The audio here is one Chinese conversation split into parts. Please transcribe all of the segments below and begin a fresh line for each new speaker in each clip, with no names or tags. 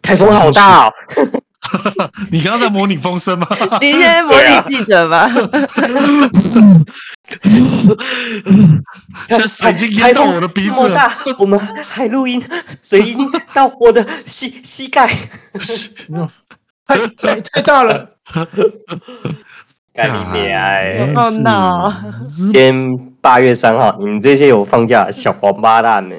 台风好大哦！
你刚刚在模拟风声吗？
你现在模拟记者吗？
现在水已经淹到我的鼻子
这么
了。
大，我们还录音，水已经到我的膝膝 盖。
太太太大了，
干你
哎
娘！
好闹，
今天八月三号，你们这些有放假的小王八蛋们，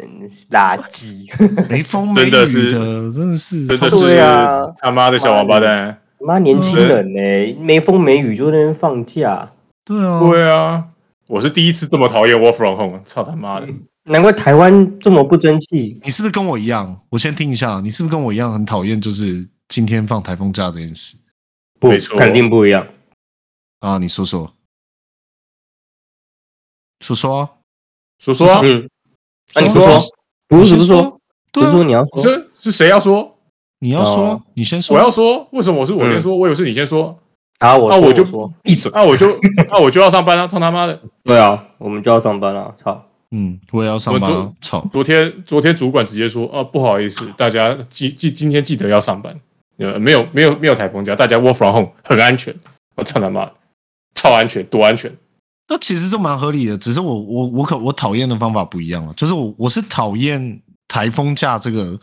垃 圾！
没风没雨
真的
的，
是
真的是，
真的
超
对
是
啊
他妈的小王八蛋。
妈，年轻人呢、
嗯
没风没雨就在那边放假，
对啊，
对啊，我是第一次这么讨厌 Work from Home，操他妈的！
难怪台湾这么不争气。
你是不是跟我一样？我先听一下，你是不是跟我一样很讨厌就是今天放台风假这件事
不
没错，
肯定不一样。
啊？你说说，说说啊，
叔叔啊，
嗯，那、你
说
说
说
说，不是不
你先
是说，不
对
是说
啊，
你要说，
是是谁要说？
你要说
哦，
你先说，
我要说，为什么我是我先说？我以为是你先说，
好，啊我
那
说、
我就
说，
闭嗯嘴，那我就那我就要上班啊！操他妈的！
对啊，我们就要上班了，操！
嗯，我也要上班
我
啊
昨，
操，
昨天昨天主管直接说啊，不好意思，大家记记今天记得要上班，呃，没有没有没有台风假，大家 Work from Home 很安全。我操他妈的，超安全，多安全！
那其实这蛮合理的，只是我我我可我讨厌的方法不一样了，就是我我是讨厌台风假这个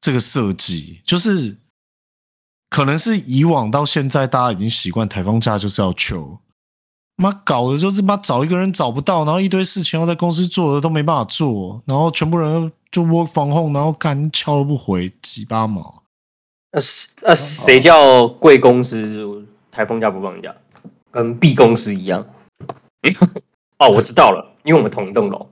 这个设计，就是可能是以往到现在大家已经习惯台风假就是要 chill，妈搞的就是妈找一个人找不到，然后一堆事情要在公司做的都没办法做，然后全部人就 work from home，然后干敲都不回，鸡巴毛。
那是那谁叫贵公司台风假不放假，跟 B 公司一样？ 哦，我知道了，因为我们同一栋楼。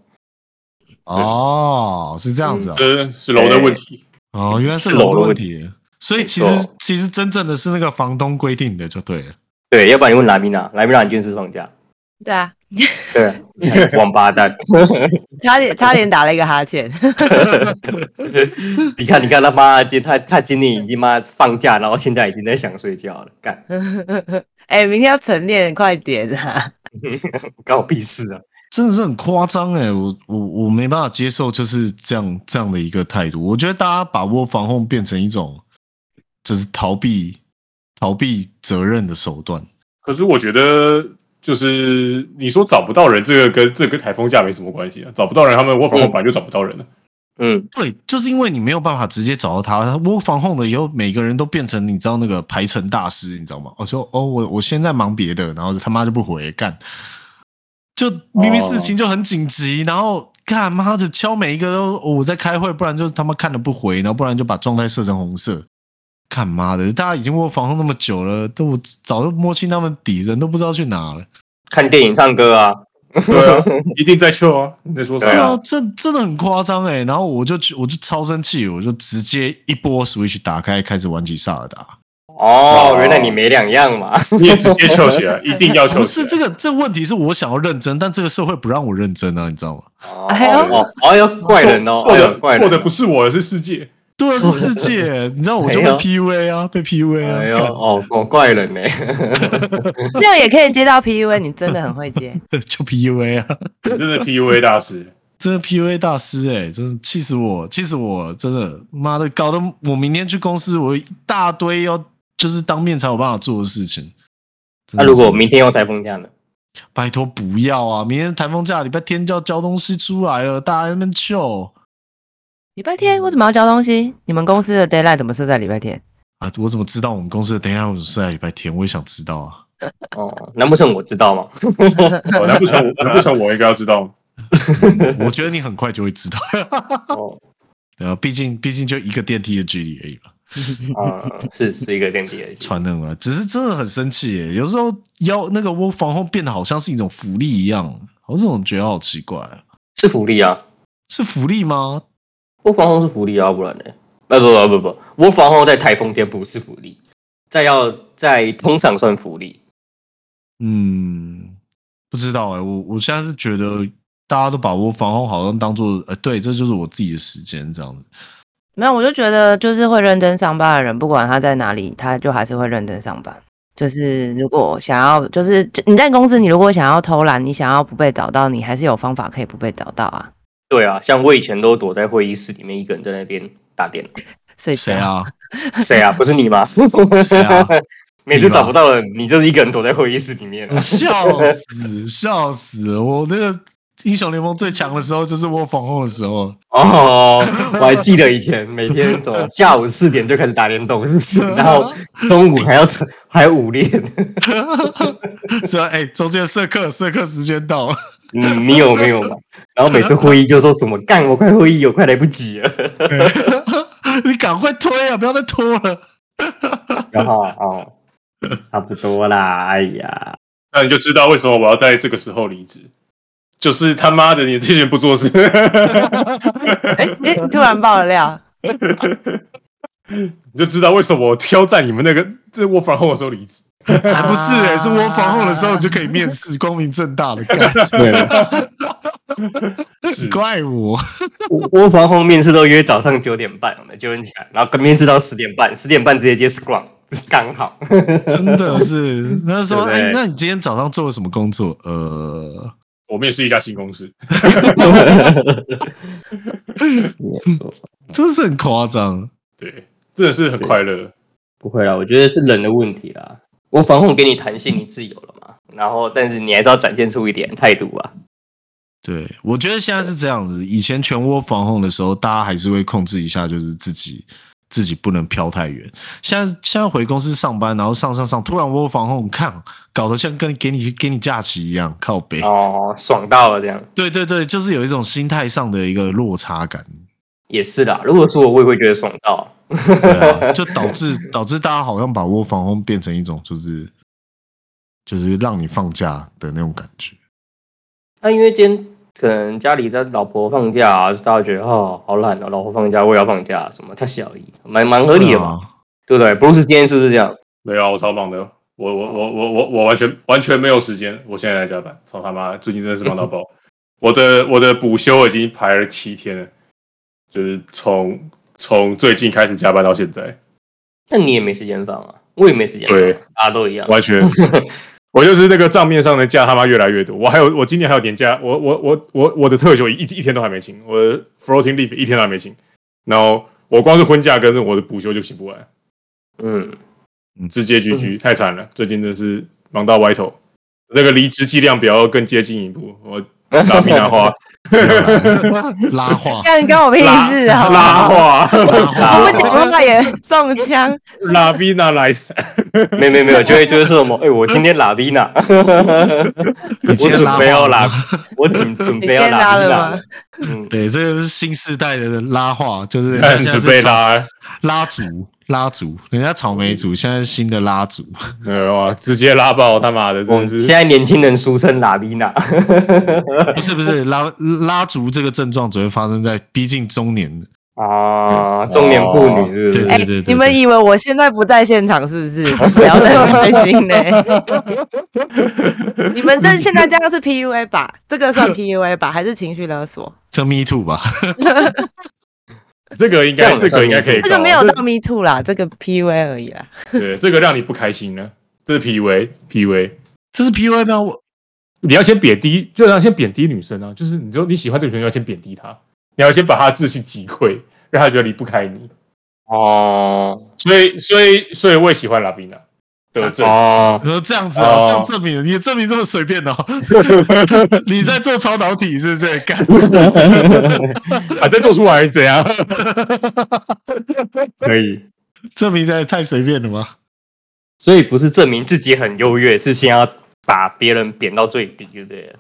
哦，是这样子啊、
这是楼的问题，
哦，原来是
是楼
楼的
的
问
问
题。所以其
没
实
错
其实真正的是那个房东规定的，就对了。
对，要不然你问莱米娜，莱米娜你今天是不是放假？
对啊，
对， 王八 蛋！
差点差点打了一个哈欠。
你看，你看他妈，今他他今天已经妈放假，然后现在已经在想睡觉了，干
哎、明天要晨练，快点啊！
干我屁事啊！
真的是很夸张哎，我我我没办法接受就是这样这样的一个态度。我觉得大家把握防控变成一种就是逃避逃避责任的手段。
可是我觉得，就是你说找不到人，这个跟这个跟台风假没什么关系啊。找不到人，他们 work from home
嗯
本来就找不到人 了。
嗯，
对，就是因为你没有办法直接找到他，我防控了以后，每个人都变成你知道那个排程大师，你知道吗？我说哦，我我现在忙别的，然后他妈就不回干，就明明事情就很紧急，然后干妈的敲每一个都、哦我在开会，不然就是他妈看了不回，然后不然就把状态设成红色。看妈的，大家已经握防控那么久了，都我早就摸清他们底，人都不知道去哪了。
看电影、唱歌啊，
对啊，一定在 chill 啊！你在说啥
对
对
啊
啊，这真的很夸张哎。然后我就去，我就超生气，我就直接一波 Switch 打开，开始玩起萨尔达。
哦，原来你没两样嘛，
你也直接 chill 起 来，一定要 chill
不
起
是
来。
这个这个问题是我想要认真，但这个社会不让我认真啊，你知道吗？
哦
哎呦
哦，哎呦，怪人哦，
错
哎
的
呦，怪
错
人
的不是我，是世界。
对啊，是世 界，你知道我就被
哎呦
PUA 啊，被 PUA
哎
啊
呦，
干
哦，我怪人呢、
这样也可以接到 PUA，你真的很会接。
就 PUA 啊，
你真的 PUA 大师，
真的 PUA 大师哎、真是气死我，气死我，真的妈的，搞得我明天去公司，我有一大堆要就是当面才有办法做的事情。真
那
的
如果
是
明天有台风假呢？
拜托不要啊！明天台风假，礼拜天就要交东西出来了，大家在那边秀
礼拜天为什么要交东西？你们公司的 deadline 怎么设在礼拜天？
啊！我怎么知道我们公司的？等一下，我是在礼拜天，我也想知道啊。
哦，难不成我知道 吗？
哦难不成我难不成我应该要知道吗？
我觉得你很快就会知道，
哦，
对啊，毕竟毕竟就一个电梯的距离而已嘛，
啊、是是一个电梯而已。
传人啊，只是真的很生气耶。有时候要那个我防控变得好像是一种福利一样，我这种觉得好奇怪啊、
是福利啊，
是福利吗？
我防控是福利啊，不然呢？不不不不不，我防控在台风天不是福利，在要在通常算福利。
嗯，不知道哎、我我现在是觉得大家都把我防控好像当做，呃，对，这就是我自己的时间这样子。
没有，我就觉得就是会认真上班的人，不管他在哪里，他就还是会认真上班。就是如果想要，就是就你在公司，你如果想要偷懒，你想要不被找到，你还是有方法可以不被找到啊。
对啊，像我以前都躲在会议室里面一个人在那边打电脑。
睡
谁
觉？
啊？
谁啊？不是你 吗？
谁啊
每次找不到人，你就是一个人躲在会议室里面啊、
笑死，笑死！我那个英雄联盟最强的时候就是我防控的时候，
哦，我还记得以前每天怎么下午四点就开始打电动，是不是？然后中午还要还午练。
这哎、中间社课社课时间到了，
嗯，你有没有嘛？然后每次会议就说什么干，我快会议，我快来不及了。
你赶快推啊，不要再拖了。
然后 哦， 差不多啦。哎呀，
那你就知道为什么我要在这个时候离职，就是他妈的你这些人不做事。
哎、哎突然爆了料，
你就知道为什么我挑在你们那个这 work from home 的时候离职。
才不是哎、是我防控的时候你就可以面试，光明正大的干，
对，
你怪我。
我我房后面试都约早上九点半，我们就很起来，然后跟面试到十点半，十点半直接接 Scrum，刚 好。
真的是那时候，
对
哎、
不对
那你今天早上做了什么工作？呃，
我面试一家新公司，
真是很夸张。
对，真的是很快乐。
不会啦，我觉得是人的问题啦。我防控给你弹性，你自由了嘛？然后，但是你还是要展现出一点态度啊吧。
对，我觉得现在是这样子。以前全窝防控的时候，大家还是会控制一下，就是自己自己不能飘太远。现在现在回公司上班，然后上上上，突然窝防控，看搞得像跟给你给你假期一样，靠北。
哦，爽到了这样
对对对，就是有一种心态上的一个落差感，
也是啦。如果是我，我也会觉得爽到。
对啊，就导致导致大家好像把窝防控变成一种就是就是让你放假的那种感觉。
那、啊因为今天可能家里的老婆放假、啊，大家觉得哦好懒哦，老婆放假我也要放假，什么他小姨，蛮蛮合理的嘛，
啊
对不对？不是今天是不是这样？
没有啊，我超忙的，我我我我我我完全完全没有时间，我现在在加班，操他妈，最近真的是忙到爆。 我的我的补休已经排了七天了，就是从从最近开始加班到 现在，
那你也没时间放啊，我也没时间放啊，
对
大家都一样。
完全。我就是那个账面上的假他妈越来越多，我还有我今年还有年假，我我我我我的特休一一天都还没请，我的 floating leave 一天都还没请，然后我光是婚假跟我的补休就请不完，
嗯，
直接 GG，太惨了，最近真是忙到歪头，那个离职剂量表要更接近一步，我打槟榔花
啊拉话，
干关我屁
拉
事啊！
拉花
啊
我不讲话也中枪，
拉比那 来塞，
没没没有，就会就是什么，哎、我今天拉比 娜，我
今天
准
拉
备要
花
拉，我准准
你
备要
变拉
拉比
了
娜
吗？
嗯，
对，这个是新时代的拉话，就是人家
看
现在是
哎准备
草
拉，
拉族，拉族，人家草莓族现在是新的拉族，
呃哇，直接拉爆他妈的，真的
哦现
是
在年轻人俗称拉比娜，
不是不是拉拉族这个症状只会发生在逼近中年的，
啊，中年妇女是不
对
是？
哎、
对对对
你们以为我现在不在现场是不 是？聊得很开心呢、你们这现在这样是 PUA 吧？这个算 PUA 吧？还是情绪勒索？
这 me too 吧？
这个应
这
该
样
这个应该可以
这
告，
个没有到 Me Too 啦，这个 PUA 而已啦。
对，这个让你不开心呢，这是 PUA PUA。
这是 PUA 吗？我
你要先贬低，就要先贬低女生啊，就是你说你喜欢这个女生，你要先贬低她，你要先把她的自信击溃，让她觉得离不开你。
哦
所以，所以，所以我也喜欢拉比娜得证，
哦，
你说这样子啊，
哦
这样证明你证明这么随便 哦？ 你在做超导体是不是？干，
啊，再做出来怎 样？
可以。
证明真的太随便了吗？
所以不是证明自己很优越，是先要把别人贬到最低，对不对？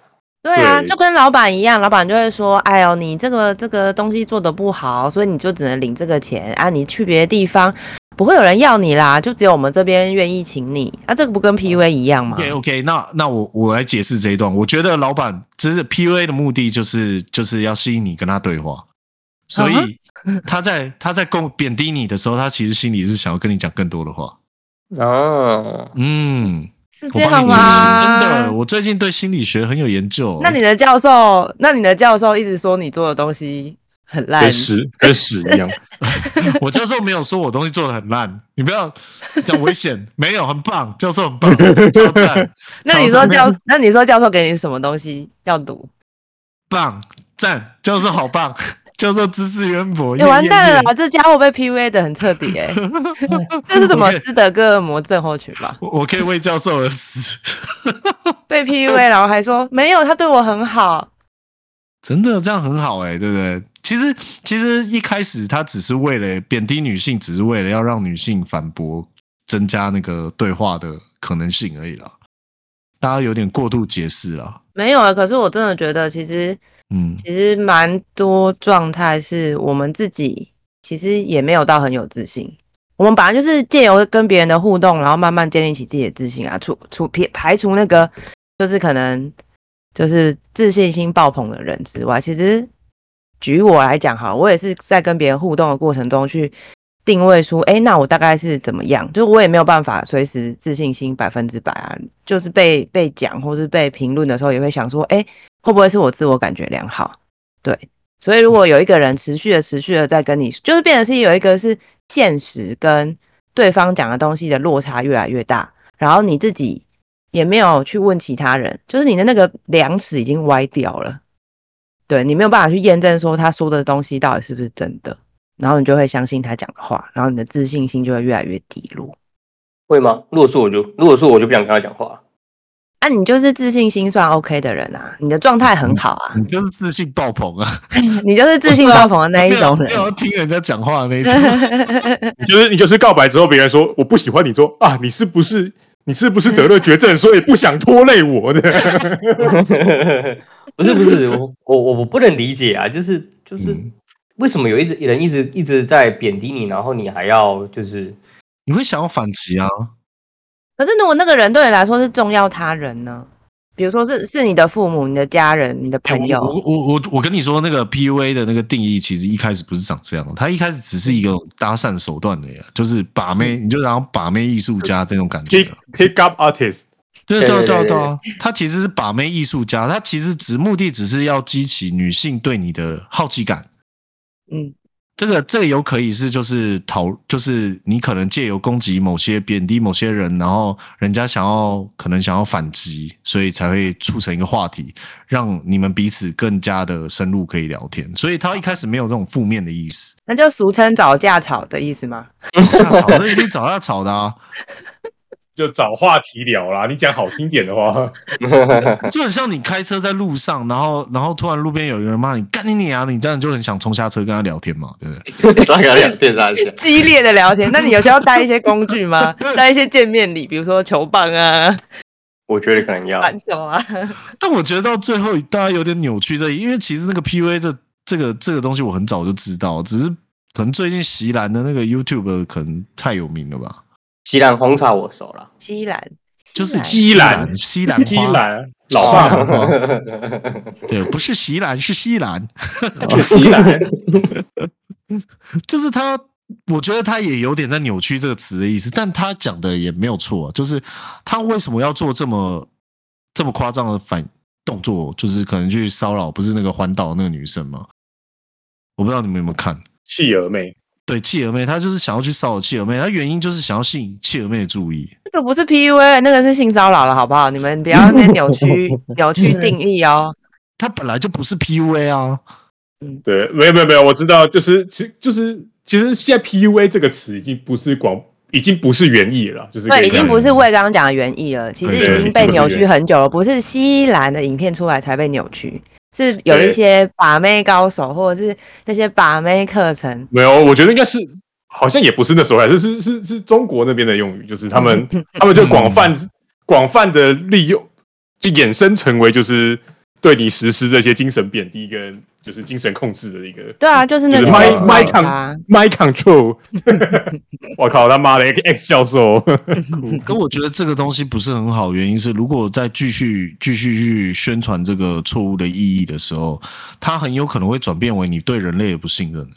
对啊，
对
就跟老板一样，老板就会说：“哎呦，你这个这个东西做的不好，所以你就只能领这个钱啊！你去别的地方不会有人要你啦，就只有我们这边愿意请你。那、这个不跟 PUA 一样吗？
OK OK，那那我我来解释这一段。我觉得老板只是 PUA 的目的就是就是要吸引你跟他对话，所
啊
以 他在他在攻贬低你的时候，他其实心里是想要跟你讲更多的话。
哦，
嗯，
是这
我帮
样
你解
吗？
释，真的，。我最近对心理学很有研究。哦
那你的教授，那你的教授一直说你做的东西很烂
跟，屎跟屎一样，
我教授没有说我东西做的很烂，你不要讲危险，没有，很棒，教授很棒，超赞，
那你
超
说
赞
教，那你说教授给你什么东西要读？
棒赞，教授好棒，教授知识渊 博，
哎、完蛋了
耶
啦！这家伙被 PUA 的很彻底哎、 这是什么
OK
斯德哥尔摩症候群吧？
我我可以为教授而死，
被 PUA 然后还说没有，他对我很好，
真的这样很好哎、对不对？其实其实一开始他只是为了贬低女性，只是为了要让女性反驳，增加那个对话的可能性而已啦。大家有点过度解释啦，
没有啊。可是我真的觉得，其实
嗯，
其实蛮多状态是我们自己其实也没有到很有自信。我们本来就是借由跟别人的互动，然后慢慢建立起自己的自信啊，除除撇排除那个就是可能就是自信心爆棚的人之外，其实举我来讲哈，我也是在跟别人互动的过程中去定位出，哎，那我大概是怎么样？就是我也没有办法随时自信心百分之百啊，就是被被讲或是被评论的时候，也会想说，哎，会不会是我自我感觉良好？对，所以如果有一个人持续的、持续的在跟你，就是变成是有一个是现实跟对方讲的东西的落差越来越大，然后你自己也没有去问其他人，就是你的那个量尺已经歪掉了，对你没有办法去验证说他说的东西到底是不是真的，然后你就会相信他讲的话，然后你的自信心就会越来越低落。
会吗？如果是我就，如果是我就不想跟他讲话了。
啊，你就是自信心算 OK 的人啊，你的状态很好啊，
你就是自信爆棚啊。
你就是自信爆棚的那一 种
没有没
人。
有要听人家讲话的那一 种。
你 就是你就是告白之后，别人说我不喜欢你说啊，你是不是你是不是得了绝 症，所以不想拖累我的？
不是不是，我我我我不能理解啊，就是就是、
嗯
为什么有一直人一直一直在贬低你，然后你还要 就是
你会想要反击啊？
可是如果那个人对你来说是重要他人呢？比如说是是你的父母、你的家人、你的朋友，
哎我我我我跟你说，那个 PUA 的那个定义，其实一开始不是长这样，它一开始只是一个搭讪手段的呀，就是把妹，你就然后把妹艺术家这种感觉啊
Pick。pick up artist，
对
对
对啊
对
对啊
对
对啊，他其实是把妹艺术家，他其实只目的只是要激起女性对你的好奇感。
嗯，
这个这个有可以是就是讨，就是你可能借由攻击某些贬低某些人，然后人家想要可能想要反击，所以才会促成一个话题，让你们彼此更加的深入可以聊天。所以他一开始没有这种负面的意思，
那就俗称找架吵的意思吗？？
下吵那一定找他吵的啊，
就找话题聊啦。你讲好听点的话，
就很像你开车在路上，然后然后突然路边有一个人骂你干你你啊，你这样就很想冲下车跟他聊天嘛，对不对？
大概两对三次
激烈的 聊天，那你有需要带一些工具吗？带一些见面礼，比如说球 棒啊、
我觉得可能要
板手啊。
但我觉得到最后大家有点扭曲这里，因为其实那个 PUA 这这个这个东西我很早就知道，只是可能最近席兰的那个 YouTube 可能太有名了吧，
西兰红茶我熟了，
西兰，
就是
西兰
西兰
西
花，
兰啊
老
老
爸
爸
花，对，不是席兰是西兰，
就西兰，
就是他，我觉得他也有点在扭曲这个词的意思，但他讲的也没有错、啊，就是他为什么要做这么这么夸张的反动作，就是可能去骚扰，不是那个环岛那个女生吗？我不知道你们有没有看，
企鹅妹，
对企鹅妹，她就是想要去骚扰企鹅妹，她原因就是想要吸引企鹅妹的注意。
那个不是 PUA，那个是性骚扰了，好不好？你们不要那边扭 曲扭曲定义哦。
她本来就不是 PUA 啊，
对，没有没有没有，我知道，就是其就是其实现在 PUA 这个词已经不是广，已经不是原意了，就是可以
对，已经
看
不是魏刚刚讲的原意了，其实
对
已经被扭曲很久了，不是西兰的影片出来才被扭曲，是有一些把妹高手或者是那些把妹课程，
没有，我觉得应该是。好像也不是那时候来，是是是是中国那边的用语，就是他们 他们就广泛广泛的利用，就衍生成为就是对你实施这些精神贬低跟就是精神控制的一个。
对啊，就是那个
就是
X
my- my
Night 啊，
My control，我靠，他妈的 X 教授，
嗯
可我觉得这个东西不是很好，原因是如果再继续继续去宣传这个错误的意义的时候，它很有可能会转变为你对人类的不信任。
嗯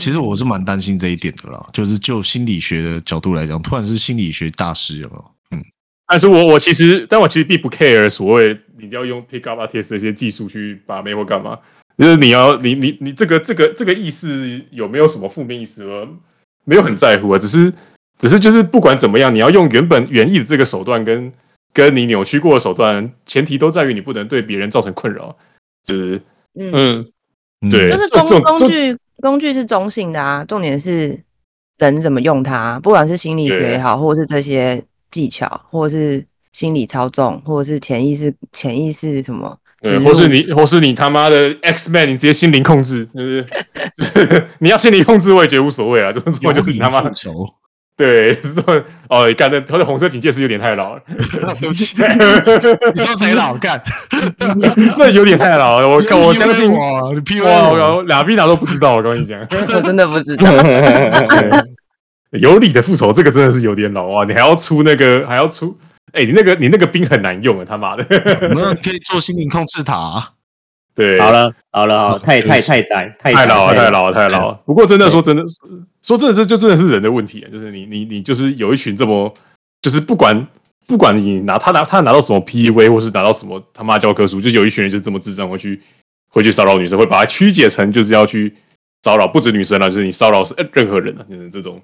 其实我是蛮担心这一点的啦，就是就心理学的角度来讲，突然是心理学大师有没有？嗯，
但是我我其实，但我其实并不 care 所谓你要用 pick up artist 这些技术去把妹或干嘛，就是你要你你你这个这个这个意思有没有什么负面意思？我没有很在乎啊，只是只是就是不管怎么样，你要用原本原意的这个手段跟跟你扭曲过的手段，前提都在于你不能对别人造成困扰，就是
嗯，
嗯，
对
就是
这这
工工
这
具工具是中性的啊，重点是人怎么用它，啊不管是心理学也好，或者是这些技巧，或者是心理操纵，或者是潜意识潜意识什么植
对，
入，
呃或是你，或是你他妈的 X Man，你直接心灵控制，就是 就是你要心灵控制，我也觉得无所谓啊，就是这种就是你他妈
有理复 仇，
对，这种哦，干的他的红色警戒是有点太老了，
对不起， 你说谁老干？
那有点太老了，我靠，我相信 哇，
我，你 P
我
我，
靠俩逼哪都不知道，我跟你 讲，
我真的不知道。
对有理的复仇这个真的是有点老啊，你还要出那个，还要出，哎、你那个你那个兵很难用啊，他妈的，
那可以做心灵控制塔啊。
对，
好了好了，好太太太宅，太宅
太老了，太
宅
老了，太老了。哎不过真的说真的，说真的，这就真的是人的问题，啊就是你你你就是有一群这么，就是不管不管你拿他拿他拿到什么 PUA，或是拿到什么他妈教科书，就有一群人就是这么智障，会去会去骚扰女生，会把它曲解成就是要去骚扰不止女生了、就是你骚扰是呃任何人啊，就是这种，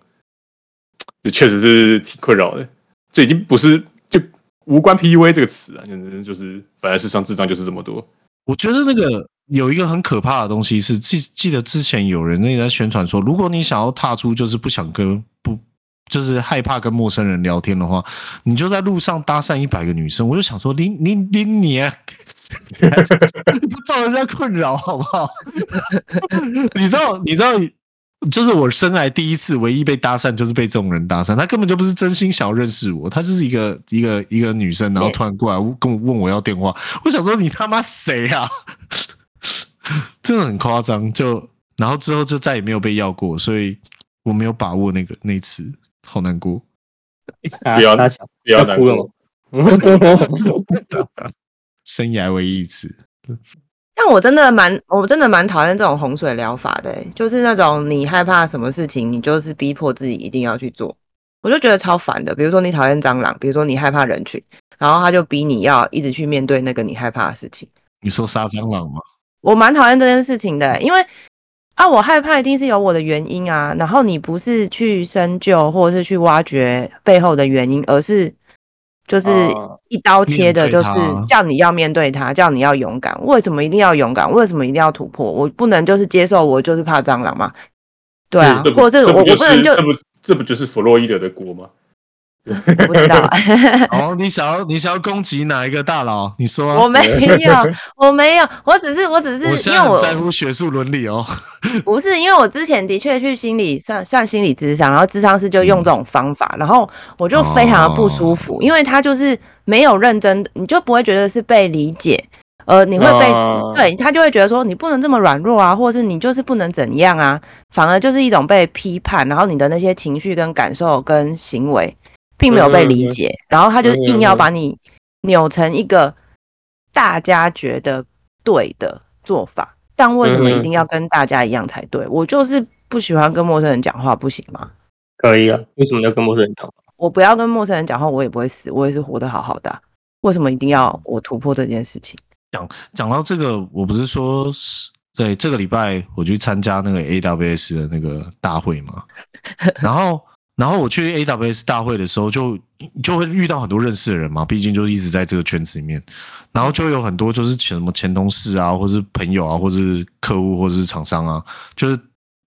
就确实是挺困扰的。这已经不是就无关 PUA 这个词啊，就是就是反而世上智障就是这么多。
我觉得那个有一个很可怕的东西是，记记得之前有人那在宣传说，如果你想要踏出就是不想跟不就是害怕跟陌生人聊天的话，你就在路上搭讪一百个女生。我就想说，你你你你、啊， 不造人家困扰好不好？ 你知道你知道。就是我生来第一次，唯一被搭讪就是被这种人搭讪，他根本就不是真心想要认识我，他就是一个一个一个女生，然后突然过来跟我问我要电话，我想说你他妈谁啊？真的很夸张，就然后之后就再也没有被要过，所以我没有把握那个那次，好难过。
啊
不要
大小
不要难
哭
过
了吗？
生涯唯一一次，
但我真的蛮，我真的蛮讨厌这种洪水疗法的欸、就是那种你害怕什么事情，你就是逼迫自己一定要去做，我就觉得超烦的。比如说你讨厌蟑螂，比如说你害怕人群，然后他就逼你要一直去面对那个你害怕的事情。
你说杀蟑螂 吗？
我蛮讨厌这件事情的欸、因为啊，我害怕一定是有我的原因啊。然后你不是去深究或者是去挖掘背后的原因，而是就是
啊
哦
一刀切的，
面
就
对
是
它
叫你要面对它，叫你要勇敢。为什么一定要勇敢？为什么一定要突破？我不能就是接受我就是怕蟑螂嘛？对啊
这，不
或者是
这
我
不
我
就
不能就
这不这不就是弗洛伊德的锅 吗？
我不知道 啊，
哦，你想要你想要攻击哪一个大佬？你说啊、
我没 有，我没有，我只是我只
我
是
现
因为
在
我
很在乎学术伦理哦。
不是，因为我之前的确去心理算算心理咨商，然后咨商师就用这种方法，然后我就非常的不舒服，因为他就是没有认真，你就不会觉得是被理解，呃，你会被、
哦
对他就会觉得说你不能这么软弱啊，或者是你就是不能怎样啊，反而就是一种被批判，然后你的那些情绪跟感受跟行为并没有被理解，然后他就是硬要把你扭成一个大家觉得对的做法，但为
嗯
什么一定要跟大家一样才对？我就是不喜欢跟陌生人讲话，不行吗？
可以啊，为什么要跟陌生人讲？
我不要跟陌生人讲话，我也不会死，我也是活得好好的啊、为什么一定要我突破这件事情？
讲到这个，我不是说是对这个礼拜我去参加那个 AWS 的那个大会嘛， 然后然后我去 AWS 大会的时候就，就会遇到很多认识的人嘛，毕竟就一直在这个圈子里面，然后就有很多就是前什么前同事啊，或是朋友啊，或是客户，或是厂商啊，就是。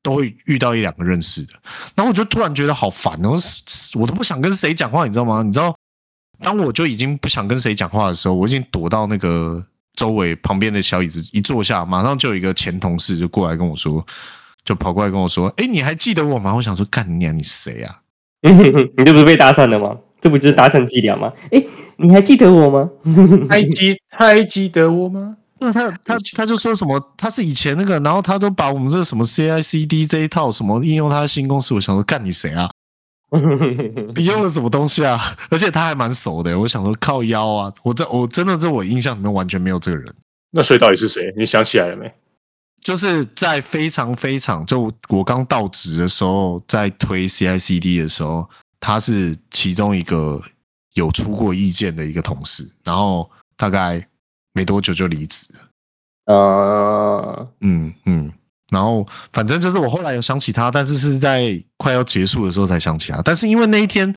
都会遇到一两个认识的，然后我就突然觉得好烦哦，是是我都不想跟谁讲话，你知道吗？你知道，当我就已经不想跟谁讲话的时候，我已经躲到那个周围旁边的小椅子一坐下，马上就有一个前同事就过来跟我说，就跑过来跟我说：“哎，你还记得我吗？”我想说，干你娘，你谁啊？
你这不是被搭讪的吗？这不就是搭讪伎俩吗？哎，你还记得我吗？
还记还记得我吗？
那他他他就说什么，他是以前那个，然后他都把我们这什么 CICD 这一套什么应用他的新公司，我想说干你谁啊？你用了什么东西啊？而且他还蛮熟的，我想说靠腰啊！我这我真的在我印象里面完全没有这个人，
那所以到底是谁？你想起来了没？
就是在非常非常就我刚到职的时候，在推 CICD 的时候，他是其中一个有出过意见的一个同事，然后大概没多久就离职了。
呃，
嗯嗯，然后反正就是我后来有想起他，但是是在快要结束的时候才想起他。但是因为那一天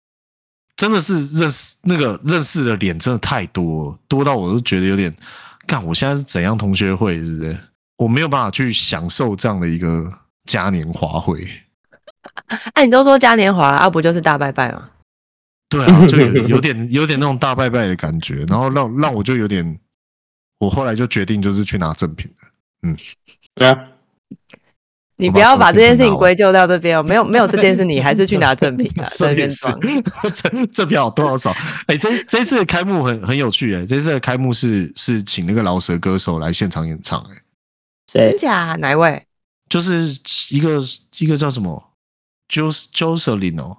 真的是认识那个认识的脸真的太多了，多到我都觉得有点，干我现在是怎样同学会，是不是？我没有办法去享受这样的一个嘉年华会。
哎、你都说嘉年华了，啊，不就是大拜拜吗？
对啊，就有有点有点那种大拜拜的感觉，然后让让我就有点，我后来就决定就是去拿正品了。
啊，
你
我
不
把
要
手
把
机
这件事
拿
情
我
归咎到这边哦，没有没有这件事，你还是去拿正品 啊，在那
也
边
是
装。
这这票多少少？哎、这这一次的开幕很很有趣哎、这次的开幕是是请那个饶舌歌手来现场演唱哎、
真
谁？
假？哪一位？
就是一个一个叫什么 Jo Joselin 哦，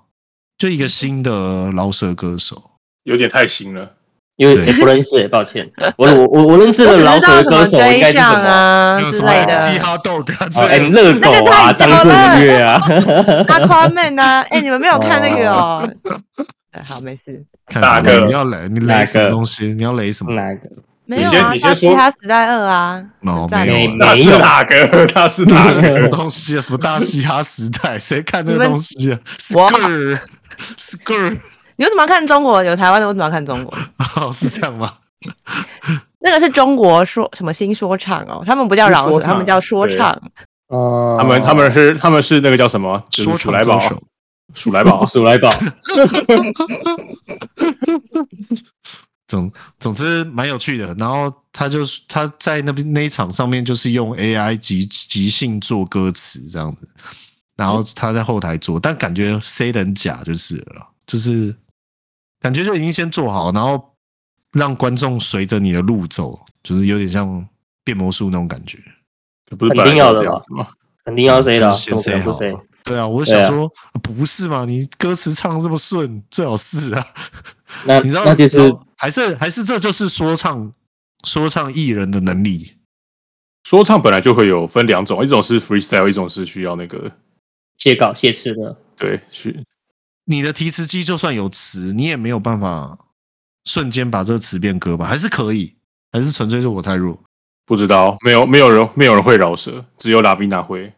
就
嗯
一个新的饶舌歌手，
有点太新了。
因为不认识，抱歉。我我我我认识
我
的
只
饶
知道
舌
什
歌
么
手应该
J
是什
项
么？
啊
那个
之
什么
类
嘻
的，
哈 dog 啊之
哦，哎，
类的。
热
那个
狗啊，
太久
张震岳 啊，
阿 Aquaman 啊，哎、你们没有看那个哦？哎好，没事，
看什么
哪个
你要雷你
哪
雷
个
什么东西？你要雷什么？
哪个？
没有
先
啊，
你先
大嘻
说
哈时代二啊，
哦，
在
没有
没
啊，
那是哪个？ 那是哪
那 什么
个？
东西啊？什么大嘻哈时代？谁看那
你
个
们
东西啊
哇
？Skirt，Skirt，
你为什么要看中国？有台湾的为什么要看中国？
哦，是这样吗？
那个是中国说什么新说唱哦，他们不叫
新
饶舌，
说
他们
唱
叫说
对啊
唱。
哦。
他们他们是他们是那个叫什么？就是
说
鼠
唱
来
歌
宝，啊
手，
鼠来宝 啊
鼠来宝，
总总之蛮有趣的。然后他就是他在那边那一场上面，就是用 AI 即即兴做歌词这样子，然
嗯
后他在后台做，但感觉 C 的很假就是了啦，就是感觉就已经先做好，然后让观众随着你的路走，就是有点像变魔术那种感觉。
不是
肯
本来
定要
就
的
这样
吧
子吗？
肯定要谁的啊？怎
就是
么可
先
能
say
不
好
谁
啊？对啊，我就想说、不是嘛，你歌词唱得这么顺，最好是啊。
那
你知道，
那就是
然后还是还是这就是说唱说唱艺人的能力。
说唱本来就会有分两种，一种是 freestyle，一种是需要那个
写稿写词的。
对需
你的提词机就算有词，你也没有办法瞬间把这个词变歌吧？还是可以？还是纯粹是我太弱？
不知道，没有没有人没有人会饶舌，只有拉维娜会。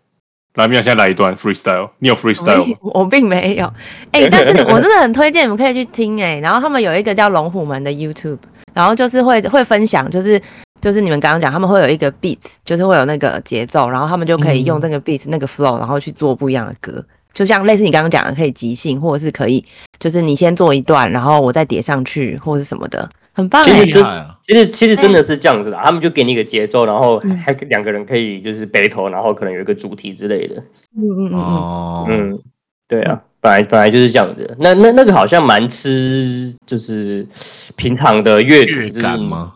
拉维娜现在来一段 freestyle，你有
哎
freestyle 吗？
我并没有，哎、但是我真的很推荐你们可以去听哎、然后他们有一个叫龙虎门的 YouTube，然后就是会会分享，就是就是你们刚刚讲，他们会有一个 beat，就是会有那个节奏，然后他们就可以用这个 beat、那个 flow，然后去做不一样的歌，就像类似你刚刚讲的，可以即兴，或者是可以就是你先做一段，然后我再叠上去，或者是什么的，很棒
其
哎、
实
厉
真
害啊！
其实其实真的是这样子的，他们就给你一个节奏，然后
嗯
还两个人可以就是 battle，然后可能有一个主题之类的。
嗯嗯嗯嗯，
哦，
嗯，对啊，本来本来就是这样子。那那那个好像蛮吃，就是平常的阅读
乐感？吗？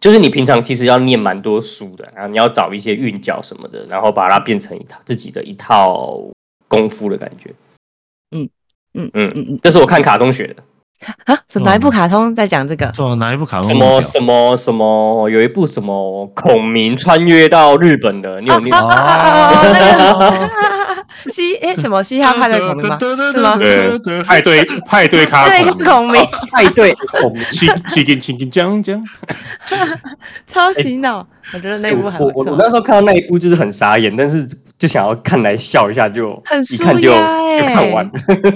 就是你就是你平常其实要念蛮多书的，然后你要找一些韵脚什么的，然后把它变成一套自己的一套功夫的感觉。
嗯嗯嗯
嗯
嗯
这是我看卡通学的，
啊，什么哪一部卡通在讲这个？
对啊，哪一
哦
部卡通
什
那么屌？
么什么什么，有一部什么孔明穿越到日本的，你有念？
啊啊啊啊！那个西哎、什么西夏派对孔明吗？是吗
对派对派对咖
对，
孔明
孔明
派对，
七七斤七斤将将，
超洗脑，我觉得那部
我
很
我
不
我
错
那。时候看到那一部就是很傻眼，但是就想要看来笑一下就，
很
一看就
舒压欸
就 看完。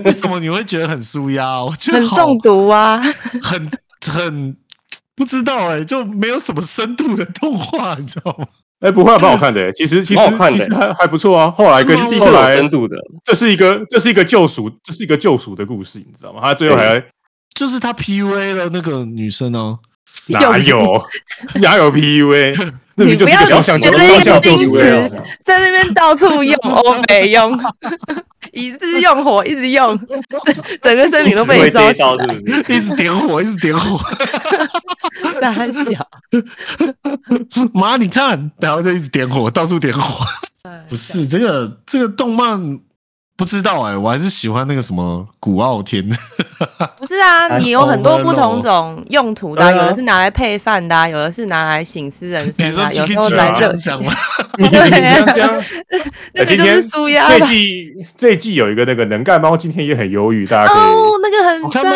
为什么你会觉得很舒压？我觉得
很
好
中毒啊！
很很不知道哎、就没有什么深度的动画，你知道吗？
哎，不会啊蛮好看的，其实其实
蛮好看
其
的欸
实还还不错啊。后来跟
其实是
后
有
来
深度的，
这是一个这是一个救赎，这是一个救赎的故事，你知道吗？他最后还
就是他 PUA 了那个女生哦、
哪有哪 有 PUA，那明明就是一个双向
你
救
不要
双向救
你
赎
不要
的
用
故事啊。
在那边到处用欧美用，一次用火，一直用，整整个身体都被
会
你烧
跌
起
倒
来，
是不是？
一直点火，一直点火。
大小。
妈，你看，然后就一直点火，到处点火。
哎
不是这个这个动漫，不知道哎、我还是喜欢那个什么古傲天。
不是啊，
哎
你有很多不同
overload
种用途的啊、
对啊
有的是拿来配饭的啊、有的是拿来醒思人生
你
的
说
啊、有
G
时候
K
来
这
热
样讲吗？
对啊
这样，
那
今
个就是
天
舒 压
这一
的。
季这一季有一个那个能干猫，今天也很忧郁，大家可以、
哦，那个很
好看吗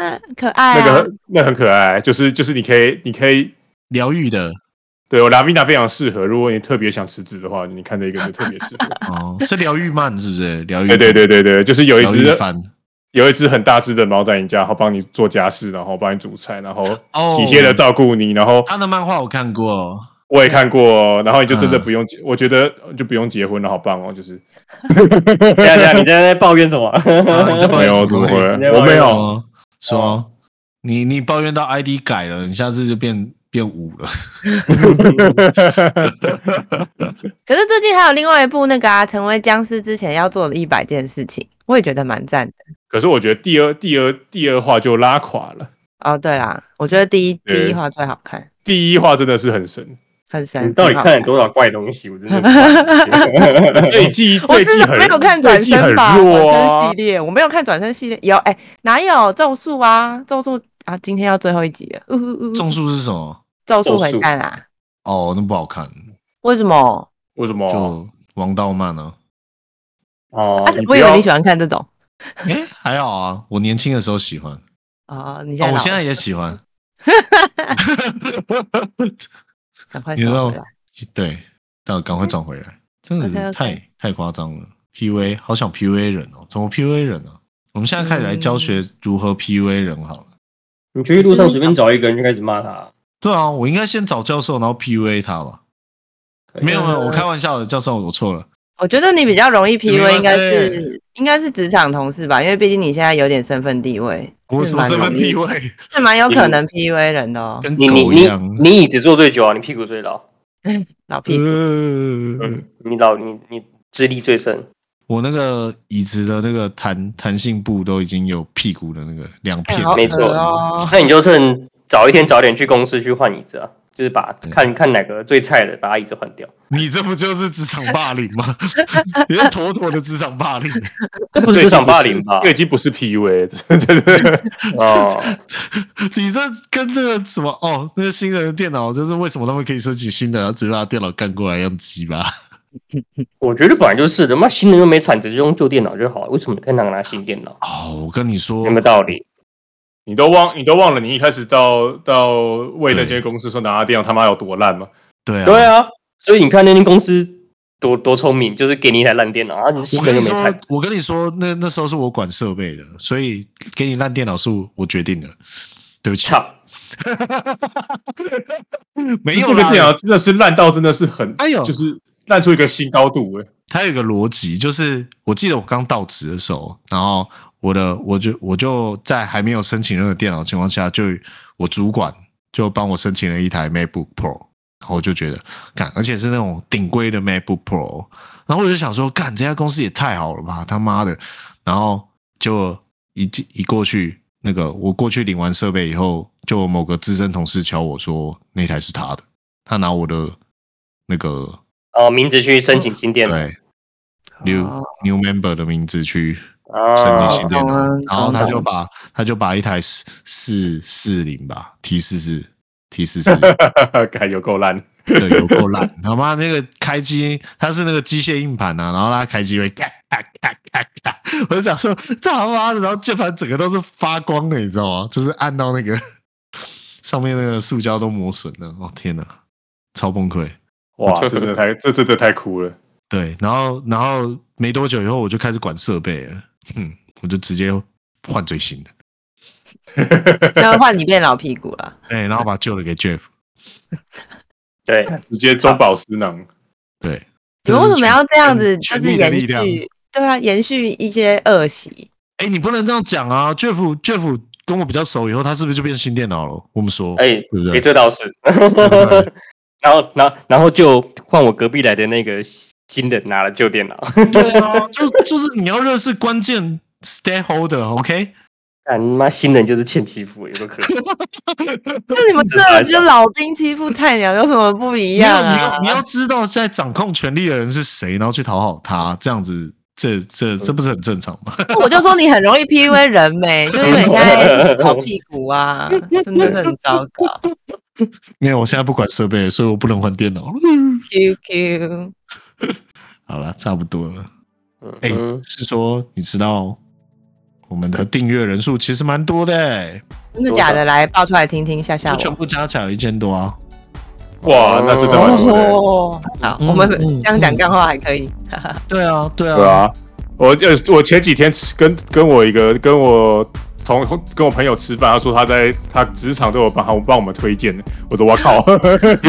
赞，可爱
那
啊！
个那很可爱，就是就是你可以你可以
疗愈的
对我拉米娜非常适合，如果你特别想辞职的话，你看这个就特别适 合。
哦，是疗愈漫是不是？疗愈
对对对对对，就是有一
疗愈
只
番
有一只很大只的猫在你家，然后帮你做家事，然后帮你煮菜，然后
哦
体贴的照顾你，然后
他的漫画我看过，
我也看过，然后你就真的
嗯
不用结，我觉得就不用结婚了，好棒哦！就是
等一下等一啊下，你在那抱怨什 么？
啊你在抱
没有
怨什
怎么
东西
你在抱
会，我
怨
没
什
有，
哦，说、你你抱怨到 ID 改了，你下次就变变五了。
可是最近还有另外一部那个啊，成为僵尸之前要做的一百件事情，我也觉得蛮赞的。
可是我觉得第二第二第二话就拉垮了，
哦，对啦，我觉得第一
对
第一话最好看，
第一话真的是很神，
很神。
你到底
啊很好
看了多少怪东西？我真的不知道
这一季
我
这一
至
季
少
很
没有看转
这一季很
身吧，
弱
转身
啊
系，列，我没有看转身系列，有哎、哪有咒术啊？咒术啊，今天要最后一集了，呜呜呜
种树是什么？
咒术
咒
回
术
战啊？
哦，那不好看，
为什么？
为什
哦
么？
就王道啊漫呢、
哦
啊，
你不
我以为
要
你喜欢看这种
啊？哎、还好啊，我年轻的时候喜欢，哦、
啊、你现在、
我现在也喜 欢。
赶快
你知
收
道
回来。，
对，但我赶快转回来，真的
OK，OK
是太太夸张了。PUA，好想 PUA 人哦，怎么 PUA 人呢、我们现在开始来教
嗯
学如何 PUA 人好了。
你去路上随便找一个人就开始骂他，
对啊，我应该先找教授，然后 PUA 他吧。
啊
可以
没有没有，我开玩笑的，教授，我错了。
我觉得你比较容易
么
PUA，
样
应该
是
是应该是职场同事吧，因为毕竟你现在有点身份地位，
我
是
什么
蛮
身份
容易
PUA？
是蛮有
你
可能 PUA 人的哦，
跟
你你
狗一
你
样。
你椅子坐最久啊，你屁股最老，
老屁股。
嗯呃，
你老你你资历最深，
我那个椅子的那个弹弹性布都已经有屁股的那个两片
哎，好
没错
恶 哦，
那你就趁早一天早点去公司去换椅子啊，就是把
嗯
看看哪个最菜的，把他椅子换掉。
你这不就是职场霸凌吗？ 你是妥妥的职场霸凌。
这不是职场霸凌吧
这？已经不是 PUA，真 的。
哦，
你这跟这个什么哦，那个新人的电脑就是为什么他们可以申请新的，然后直接把电脑干过来用鸡吧？
我觉得本来就是的，妈新人又没产值，就用旧电脑就好了，为什么你可以拿拿新电脑？
哦，我跟你说
有没，有道理？
你都忘你都忘了，你一开始到到为那间公司说拿到电脑他妈有多烂吗？
对啊，
对，啊，所以你看那间公司多多聪明，就是给你一台烂电脑，然后你
我
新
跟
人又
你
没
说
产，，
我跟你说，那那时候是我管设备的，所以给你烂电脑是我决定的。对不起，
操！
没有
这个
啦
电脑真的是烂到真的是很，
哎呦
就是烂出一个新高度哎、
它有一个逻辑，就是我记得我刚到职的时候，然后我的我就我就在还没有申请任何电脑的情况下，就我主管就帮我申请了一台 MacBook Pro，然后我就觉得干，而且是那种顶规的 MacBook Pro，然后我就想说，干这家公司也太好了吧，他妈的！然后就一进一过去，那个我过去领完设备以后，就有某个资深同事敲我说那台是他的，他拿我的那个
哦，名字去申请新电脑
对 new、
哦
new member 的名字去
啊，
申请新电脑，
懂啊
然后
懂
他
懂
就把他就把一台四四四零吧 T 四四 T 四 四
欸，感有够烂。
对有够烂，他妈那个开机它是那个机械硬盘啊，然后它开机会咔咔咔咔咔，我就想说他妈的，然后键盘整个都是发光的，你知道吗？就是按到那个 上面那个塑胶都磨损了，哦天哪，超崩溃。
哇，这真的太这真的太酷了。
对，然后然后没多久以后我就开始管设备了，哼，我就直接换最新的，
那换你变老屁股了。
对，哎然后把旧的给 Jeff，
对，
直接中饱私囊，
对。
你们为什么要这样子？就
权
是
力的
延
力量
续，对啊，延续一些恶习。
哎，你不能这样讲啊！Jeff Jeff 跟我比较熟以后，他是不是就变新电脑了？我们说，
哎、
对不
哎
对？
这倒是
对。
然后，然后，然后就换我隔壁来的那个新的拿了旧电脑，
对啊，就 就是你要认识关键 stakeholder，OK？、
干你妈新人就是欠欺负，有个 可能。
那你们这人就老兵欺负菜鸟有什么不一
你
样
要你要
啊
你？要知道现在掌控权力的人是谁，然后去讨好他，这样子，这这这不是很正常吗？
那我就说你很容易 PUA 人呗、就是因为你 现在老屁股啊，真的是很糟 糕。
没有，我现在不管设备，所以我不能换电脑了。
QQ，
好了，差不多了。哎、
嗯，
是说你知道我们的订阅人数其实蛮多的、欸，
真的假的？来报出来听听，吓
啊
吓
就
我。
全部加起来有一千多啊。
哇，那真的蛮多的。
哦，好，
嗯
我们
嗯
这样讲干话还 可以。
对啊，对啊，
对啊，我呃，我前几天吃跟跟我一个跟我同跟我朋友吃饭，他说他在他职场都有帮他帮我们推荐的，我说我靠，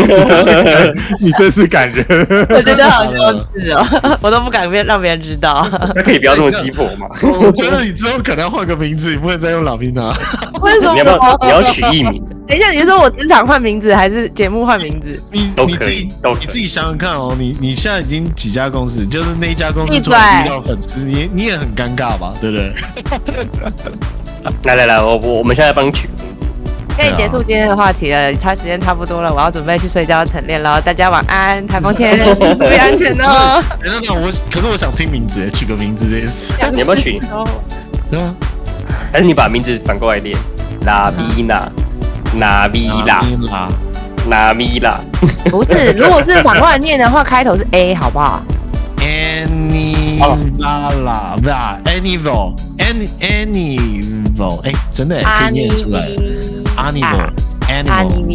你真是感人，
我觉得好羞耻哦， 我都不敢别让别人知 道。
那可以不要这么鸡婆嘛？
我觉得你之后可能要换个名字，你不能再用老兵啊拿。
为什
你要不
么
要？你要取艺名？
等一下，你是说我职场换名字还是节目换名字？
你
都
你
可
自
以
己
都可以
你自己想想看哦，你你现在已经几家公司，就是那一家公司
闭嘴
突然遇到粉丝，你也你也很尴尬吧，对 不对？
来来来，我我我们现在帮你取。
可以结束今天的话题了，差时间差不多了，我要准备去睡觉晨练喽。大家晚安，台风 天注意安全哦。
等等等，哎我可是我想听名字，取个名字这件事。
你要不要取？
对啊，
还是你把名字反过来念？拉比娜，拿比拉，
啊啦，
拿米拉，
不是，如果是反过来念的话，开头是 A 好不好？
Any 啦啦不啦，Anyvo，Any Anyvo，哎，真的可以念出来
啊
，Animal，Animal，
妮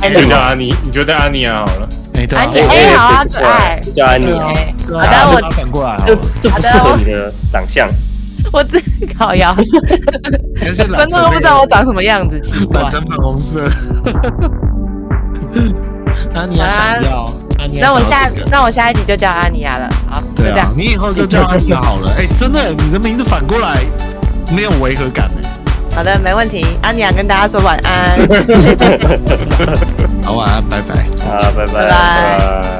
妮
就叫安妮，你觉得安妮啊好了，
哎，对
安
啊
妮，A 好啊，可爱。
叫安妮
对。
好
啊
的
对
好的
啊，
我
把它反过来好
这
了，
这不适合你的长相，
我自烤 腰，
还是染
观众都
成
不知道我长什么样子，奇怪
染。成粉红 色。安妮亚想要，安妮亚
啊那我
想要
下
这个
那我下一集就叫安妮亚了，好，就
对啊
这样，，
你以后就叫安妮亚好了。哎，真的，你的名字反过来没有违和感哎。
好的，没问题。安妮亚跟大 家说晚安，
好，晚安，拜拜。
啊，拜
拜
拜
拜。
呃。